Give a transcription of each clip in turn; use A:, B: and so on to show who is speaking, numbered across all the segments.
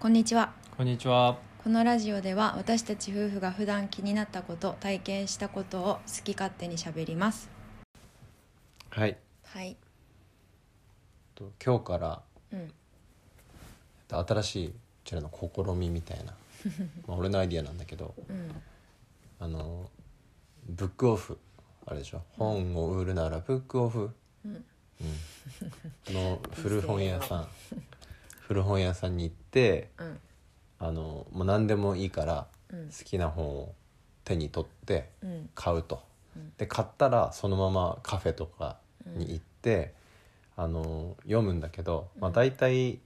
A: こんにちは
B: こんにちは。
A: このラジオでは私たち夫婦が普段気になったこと体験したことを好き勝手にしゃべります
B: はい。
A: はい
B: と今日から
A: うん
B: えっと新しいこちらの試みみたい な、まあ俺のアイディアなんだけど、
A: うん
B: あのブックオフあれでしょ。本を売るならブックオフ。 うん。の古本屋さん、古本屋さんに行って、
A: うん
B: あのもう何でもいいから
A: うん
B: 好きな本を手に取って
A: うん
B: 買うと。
A: うん
B: で買ったらそのままカフェとかに行って、あの読むんだけど、まあ、大体、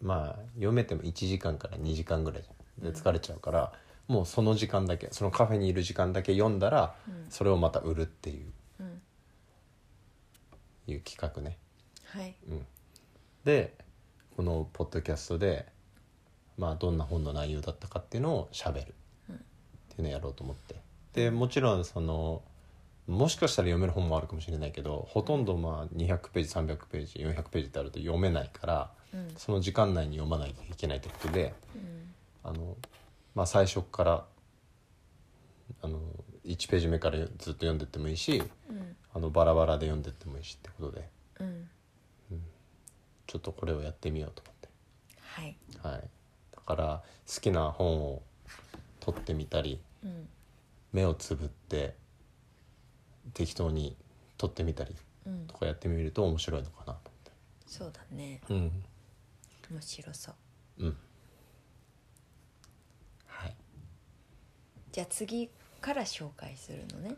B: まあ、読めても1時間から2時間ぐらいじゃんで疲れちゃうから、もうその時間だけそのカフェにいる時間だけ読んだら、
A: うん
B: それをまた売るっていう
A: うん
B: いう企画ね。
A: はい
B: うん、でこのポッドキャストで、まあ、どんな本の内容だったかっていうのをしゃべるっていうのをやろうと思ってでもちろんそのもしかしたら読める本もあるかもしれないけどほとんどまあ200ページ300ページ400ページってあると読めないから
A: うん
B: その時間内に読まないといけないってことで
A: うん
B: あの、まあ、最初からあの1ページ目からずっと読んでってもいいし
A: うん
B: あのバラバラで読んでってもいいしってことで
A: うん
B: ちょっとこれをやってみようと思って。
A: はい
B: はい、だから好きな本を取ってみたり
A: うん
B: 目をつぶって適当に取ってみたり
A: うん
B: とかやってみると面白いのかなと
A: そうだね
B: 思って
A: 面白そう
B: うんうんはい
A: じゃあ次から紹介するのね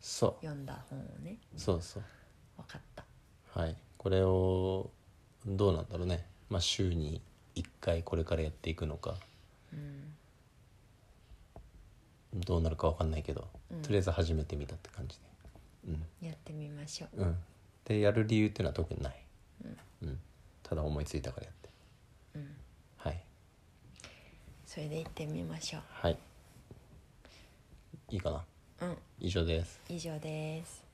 B: そう
A: 読んだ本をね
B: そうそう
A: 分かった
B: はいこれをどうなんだろうね、まあ、週に1回これからやっていくのか
A: うん
B: どうなるかわかんないけど、
A: うん
B: とりあえず始めてみたって感じでうん
A: やってみましょう
B: うん、でやる理由っていうのは特にない、うんただ思いついたからやって、
A: うん
B: はい
A: それで行ってみましょう
B: はいいいかな
A: うん
B: 以上です
A: 以上です